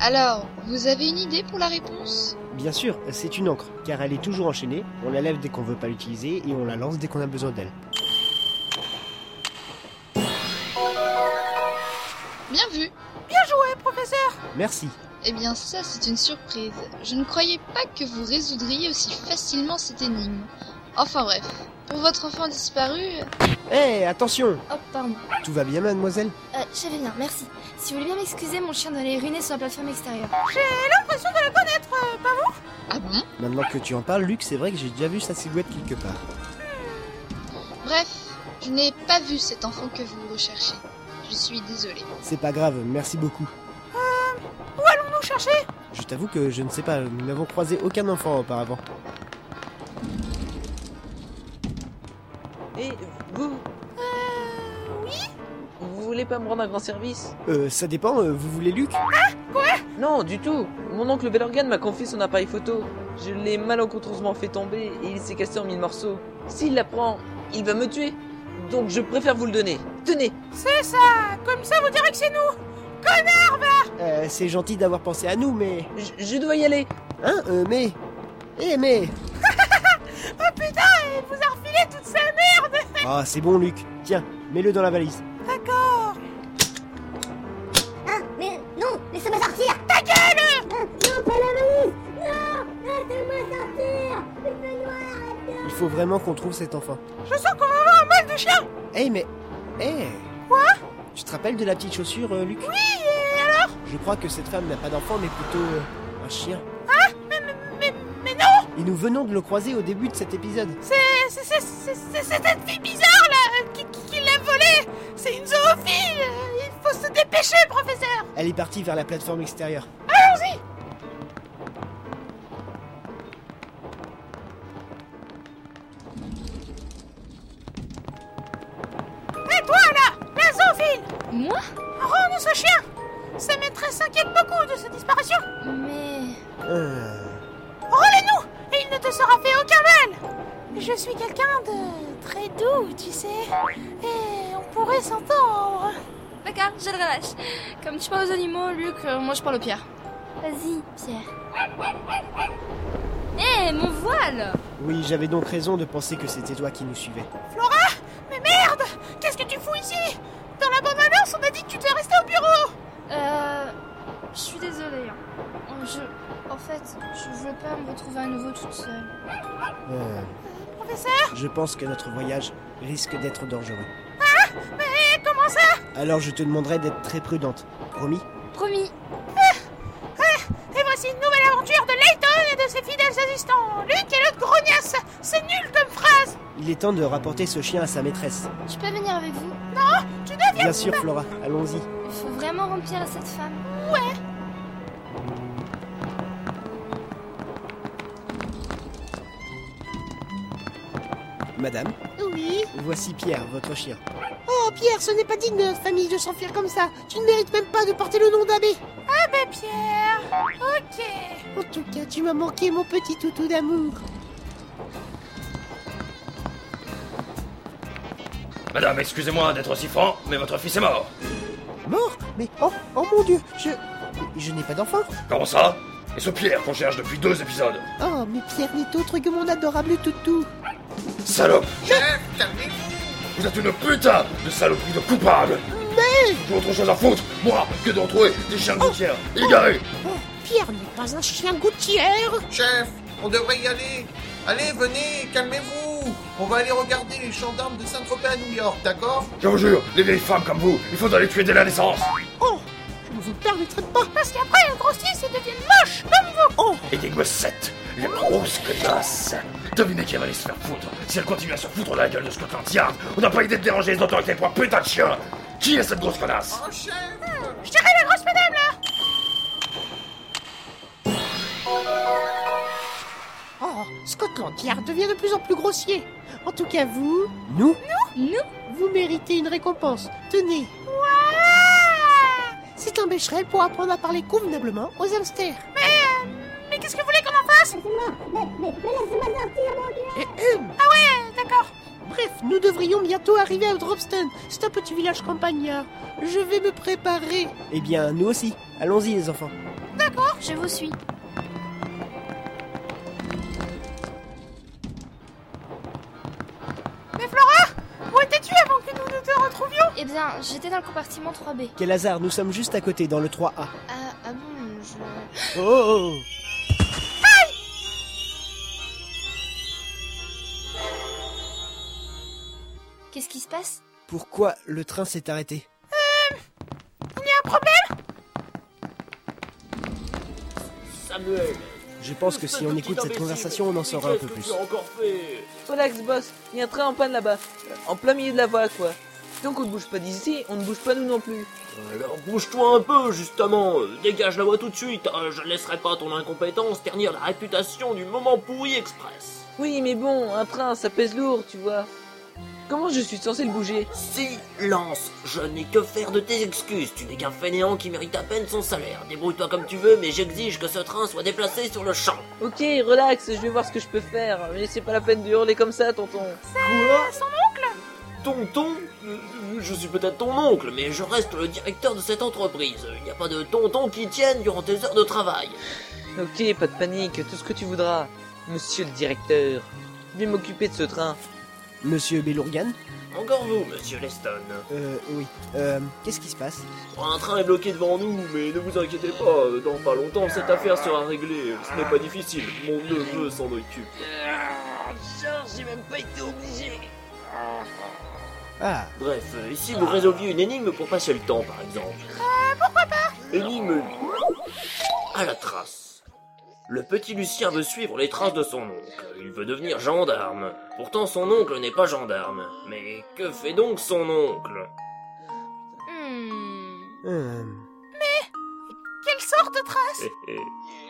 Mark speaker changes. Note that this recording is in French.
Speaker 1: Alors, vous avez une idée pour la réponse
Speaker 2: Bien sûr, c'est une encre, car elle est toujours enchaînée, on la lève dès qu'on veut pas l'utiliser et on la lance dès qu'on a besoin d'elle.
Speaker 1: Bien vu
Speaker 3: Bien joué, professeur
Speaker 2: Merci.
Speaker 1: Eh bien ça, c'est une surprise. Je ne croyais pas que vous résoudriez aussi facilement cette énigme. Enfin bref, pour votre enfant disparu...
Speaker 2: Hé, Eh, attention
Speaker 4: Oh, pardon.
Speaker 2: Tout va bien, mademoiselle
Speaker 4: Euh, je vais bien, merci. Si vous voulez bien m'excuser, mon chien doit aller ruiner sur la plateforme extérieure.
Speaker 3: L'impression de la connaître, euh, pas vous
Speaker 1: Ah bon
Speaker 2: Maintenant que tu en parles, Luc, c'est vrai que j'ai déjà vu sa silhouette quelque part.
Speaker 1: Bref, je n'ai pas vu cet enfant que vous recherchez. Je suis désolée.
Speaker 2: C'est pas grave, merci beaucoup.
Speaker 3: Nous chercher
Speaker 2: Je t'avoue que je ne sais pas, nous n'avons croisé aucun enfant auparavant.
Speaker 5: Et vous Oui Vous voulez pas me rendre un grand service
Speaker 2: Euh, ça dépend, euh, vous voulez Luc
Speaker 5: Non, du tout Mon oncle Bellorgan m'a confié son appareil photo. Je l'ai malencontreusement fait tomber et il s'est cassé en mille morceaux. S'il l'apprend, il va me tuer. Donc je préfère vous le donner. Tenez
Speaker 3: C'est ça Comme ça, vous direz que c'est nous
Speaker 2: Euh, c'est gentil d'avoir pensé à nous, mais...
Speaker 5: Je, je dois y aller
Speaker 2: Hein euh, mais... Eh, mais...
Speaker 3: Oh putain, elle vous a refilé toute seule
Speaker 2: Ah, c'est bon, Luc. Tiens, mets-le dans la valise.
Speaker 3: D'accord
Speaker 6: Hein Mais non, laissez-moi sortir Ta gueule Non, pas la valise Non Laissez-moi sortir Il fait noir
Speaker 2: Il faut vraiment qu'on trouve cet enfant.
Speaker 3: Je sens qu'on va avoir un mal de chien
Speaker 2: Eh, mais... Eh Quoi Tu te rappelles de la petite chaussure, euh, Luc Oui, et alors Je crois que cette femme n'a pas d'enfant, mais plutôt... euh, un chien.
Speaker 3: Mais, mais non
Speaker 2: Et nous venons de le croiser au début de cet épisode.
Speaker 3: C'est- c'est- c'est- C'est c'est- c'est cette fille bizarre, là, euh, qui, qui, qui l'a volée C'est une zoophile euh, Il faut se dépêcher, professeur
Speaker 2: Elle est partie vers la plateforme extérieure.
Speaker 3: Et toi, là La zoophile
Speaker 4: Moi
Speaker 3: Rends-nous ce chien Sa maîtresse s'inquiète beaucoup de sa disparition
Speaker 4: Mais.
Speaker 2: Euh...
Speaker 3: Relais-nous et il ne te sera fait aucun mal Je suis quelqu'un de très doux, tu sais. Et on pourrait s'entendre.
Speaker 4: D'accord, je le relâche. Comme tu parles aux animaux, Luc, euh, moi je parle aux pierres. Vas-y, Pierre. Hé, Eh, mon voile
Speaker 2: Oui, j'avais donc raison de penser que c'était toi qui nous suivais.
Speaker 3: Mais merde Qu'est-ce que tu fous ici Dans la bande-annonce, on a dit que tu devais rester au bureau
Speaker 4: Euh. Je suis désolée. hein. Euh, Je. En fait, je voulais pas me retrouver à nouveau toute seule.
Speaker 2: Euh,
Speaker 3: Professeur
Speaker 2: je pense que notre voyage risque d'être dangereux.
Speaker 3: Ah, Mais comment ça
Speaker 2: Alors je te demanderai d'être très prudente. Promis
Speaker 4: Promis
Speaker 3: Et voici une nouvelle aventure de Layton et de ses fidèles assistants, Luc et l'autre grognasse C'est nul comme phrase
Speaker 2: Il est temps de rapporter ce chien à sa maîtresse.
Speaker 4: Je peux venir avec vous
Speaker 3: Tu deviens...
Speaker 2: Bien sûr, Flora, allons-y.
Speaker 4: Il faut vraiment remplir à cette femme.
Speaker 2: Madame,
Speaker 7: Oui.
Speaker 2: voici Pierre, votre chien.
Speaker 7: Oh Pierre, ce n'est pas digne de notre famille de s'enfuir comme ça. Tu ne mérites même pas de porter le nom d'abbé.
Speaker 3: Mais Pierre Ok
Speaker 7: En tout cas, tu m'as manqué mon petit toutou d'amour.
Speaker 8: Madame, excusez-moi d'être aussi franc, mais votre fils est mort.
Speaker 2: Mort Mais oh, oh mon dieu, je... Je n'ai pas d'enfant
Speaker 8: Comment ça Et ce Pierre qu'on cherche depuis deux épisodes
Speaker 7: Oh, mais Pierre n'est autre que mon adorable toutou.
Speaker 8: Salope Vous êtes une putain de saloperie de coupable Mais J'ai autre chose à foutre, moi, que de retrouver des chiens de gouttière égarés
Speaker 7: Oh, Pierre n'est pas un chien gouttière.
Speaker 9: Chef, on devrait y aller. Allez, venez, calmez-vous. On va aller regarder les gendarmes de Saint-Tropez à New York, d'accord
Speaker 8: Je vous jure, les vieilles femmes comme vous, il faut aller tuer dès la naissance
Speaker 7: Oh, je ne vous permettrai pas. Oh,
Speaker 3: Parce qu'après, elles grossissent et deviennent moches comme vous
Speaker 8: Et des gossettes Les grosses connasses Devinez qu'elle va aller se faire foutre Si elle continue à se foutre de la gueule de Scotland Yard On n'a pas idée de déranger les autorités pour un putain de chien Qui est cette grosse connasse
Speaker 9: Oh, chef
Speaker 3: Je dirais la grosse madame, là
Speaker 7: Oh, Scotland Yard devient de plus en plus grossier. En tout cas, vous,
Speaker 2: Nous
Speaker 7: vous méritez une récompense. Tenez. C'est un bécherel pour apprendre à parler convenablement aux hamsters.
Speaker 3: Mais qu'est-ce que vous voulez qu'on en fasse
Speaker 6: Laissez-moi Mais, mais, mais laissez-moi sortir, mon dieu
Speaker 7: Et hum,
Speaker 3: Ah D'accord.
Speaker 7: Bref, nous devrions bientôt arriver à Dropston. C'est un petit village campagnard. Je vais me préparer.
Speaker 2: Eh bien, nous aussi. Allons-y, les enfants.
Speaker 4: Je vous suis.
Speaker 3: Où étais-tu avant que nous ne te retrouvions
Speaker 4: Eh bien, j'étais dans le compartiment 3B.
Speaker 2: Quel hasard, nous sommes juste à côté, dans le 3A.
Speaker 4: Ah, ah bon, je...
Speaker 2: Oh, oh, oh.
Speaker 4: Qu'est-ce qui se passe
Speaker 2: Pourquoi le train s'est arrêté
Speaker 10: Samuel
Speaker 2: Je pense que si on écoute cette conversation, on en saura un peu plus.
Speaker 5: Relax, boss, il y a un train en panne là-bas. Euh, En plein milieu de la voie, quoi. Donc on ne bouge pas d'ici, on ne bouge pas nous non plus.
Speaker 10: Alors bouge-toi un peu, justement. Euh, Dégage la voie tout de suite. Euh, je laisserai pas ton incompétence ternir la réputation du moment pourri express.
Speaker 5: Oui, mais bon, un train, ça pèse lourd, tu vois. Comment je suis censé le bouger
Speaker 10: Silence Je n'ai que faire de tes excuses. Tu n'es qu'un fainéant qui mérite à peine son salaire. Débrouille-toi comme tu veux, mais j'exige que ce train soit déplacé sur le champ.
Speaker 5: Ok, relax, je vais voir ce que je peux faire. Mais c'est pas la peine de hurler comme ça, tonton.
Speaker 10: Quoi Tonton Euh, euh, Je suis peut-être ton oncle, mais je reste le directeur de cette entreprise. Il n'y a pas de tonton qui tienne durant tes heures de travail.
Speaker 5: Ok, pas de panique, tout ce que tu voudras. Monsieur le directeur, je vais m'occuper de ce train.
Speaker 2: Monsieur Belourgan
Speaker 10: Encore vous, monsieur Leston.
Speaker 2: Euh, oui. Euh, qu'est-ce qui se passe
Speaker 10: Un train est bloqué devant nous, mais ne vous inquiétez pas, dans pas longtemps cette affaire sera réglée. Ce n'est pas difficile, mon neveu s'en occupe.
Speaker 5: j'ai même pas été obligé.
Speaker 2: Ah,
Speaker 10: Bref, euh, ici vous résolviez une énigme pour passer le temps, par exemple. Euh, pourquoi pas Énigme 8. À la trace. Le petit Lucien veut suivre les traces de son oncle. Il veut devenir gendarme. Pourtant, son oncle n'est pas gendarme. Mais que fait donc son oncle
Speaker 4: Hmm.
Speaker 2: hum. euh,
Speaker 3: Quelle sorte de trace
Speaker 10: Eh, eh.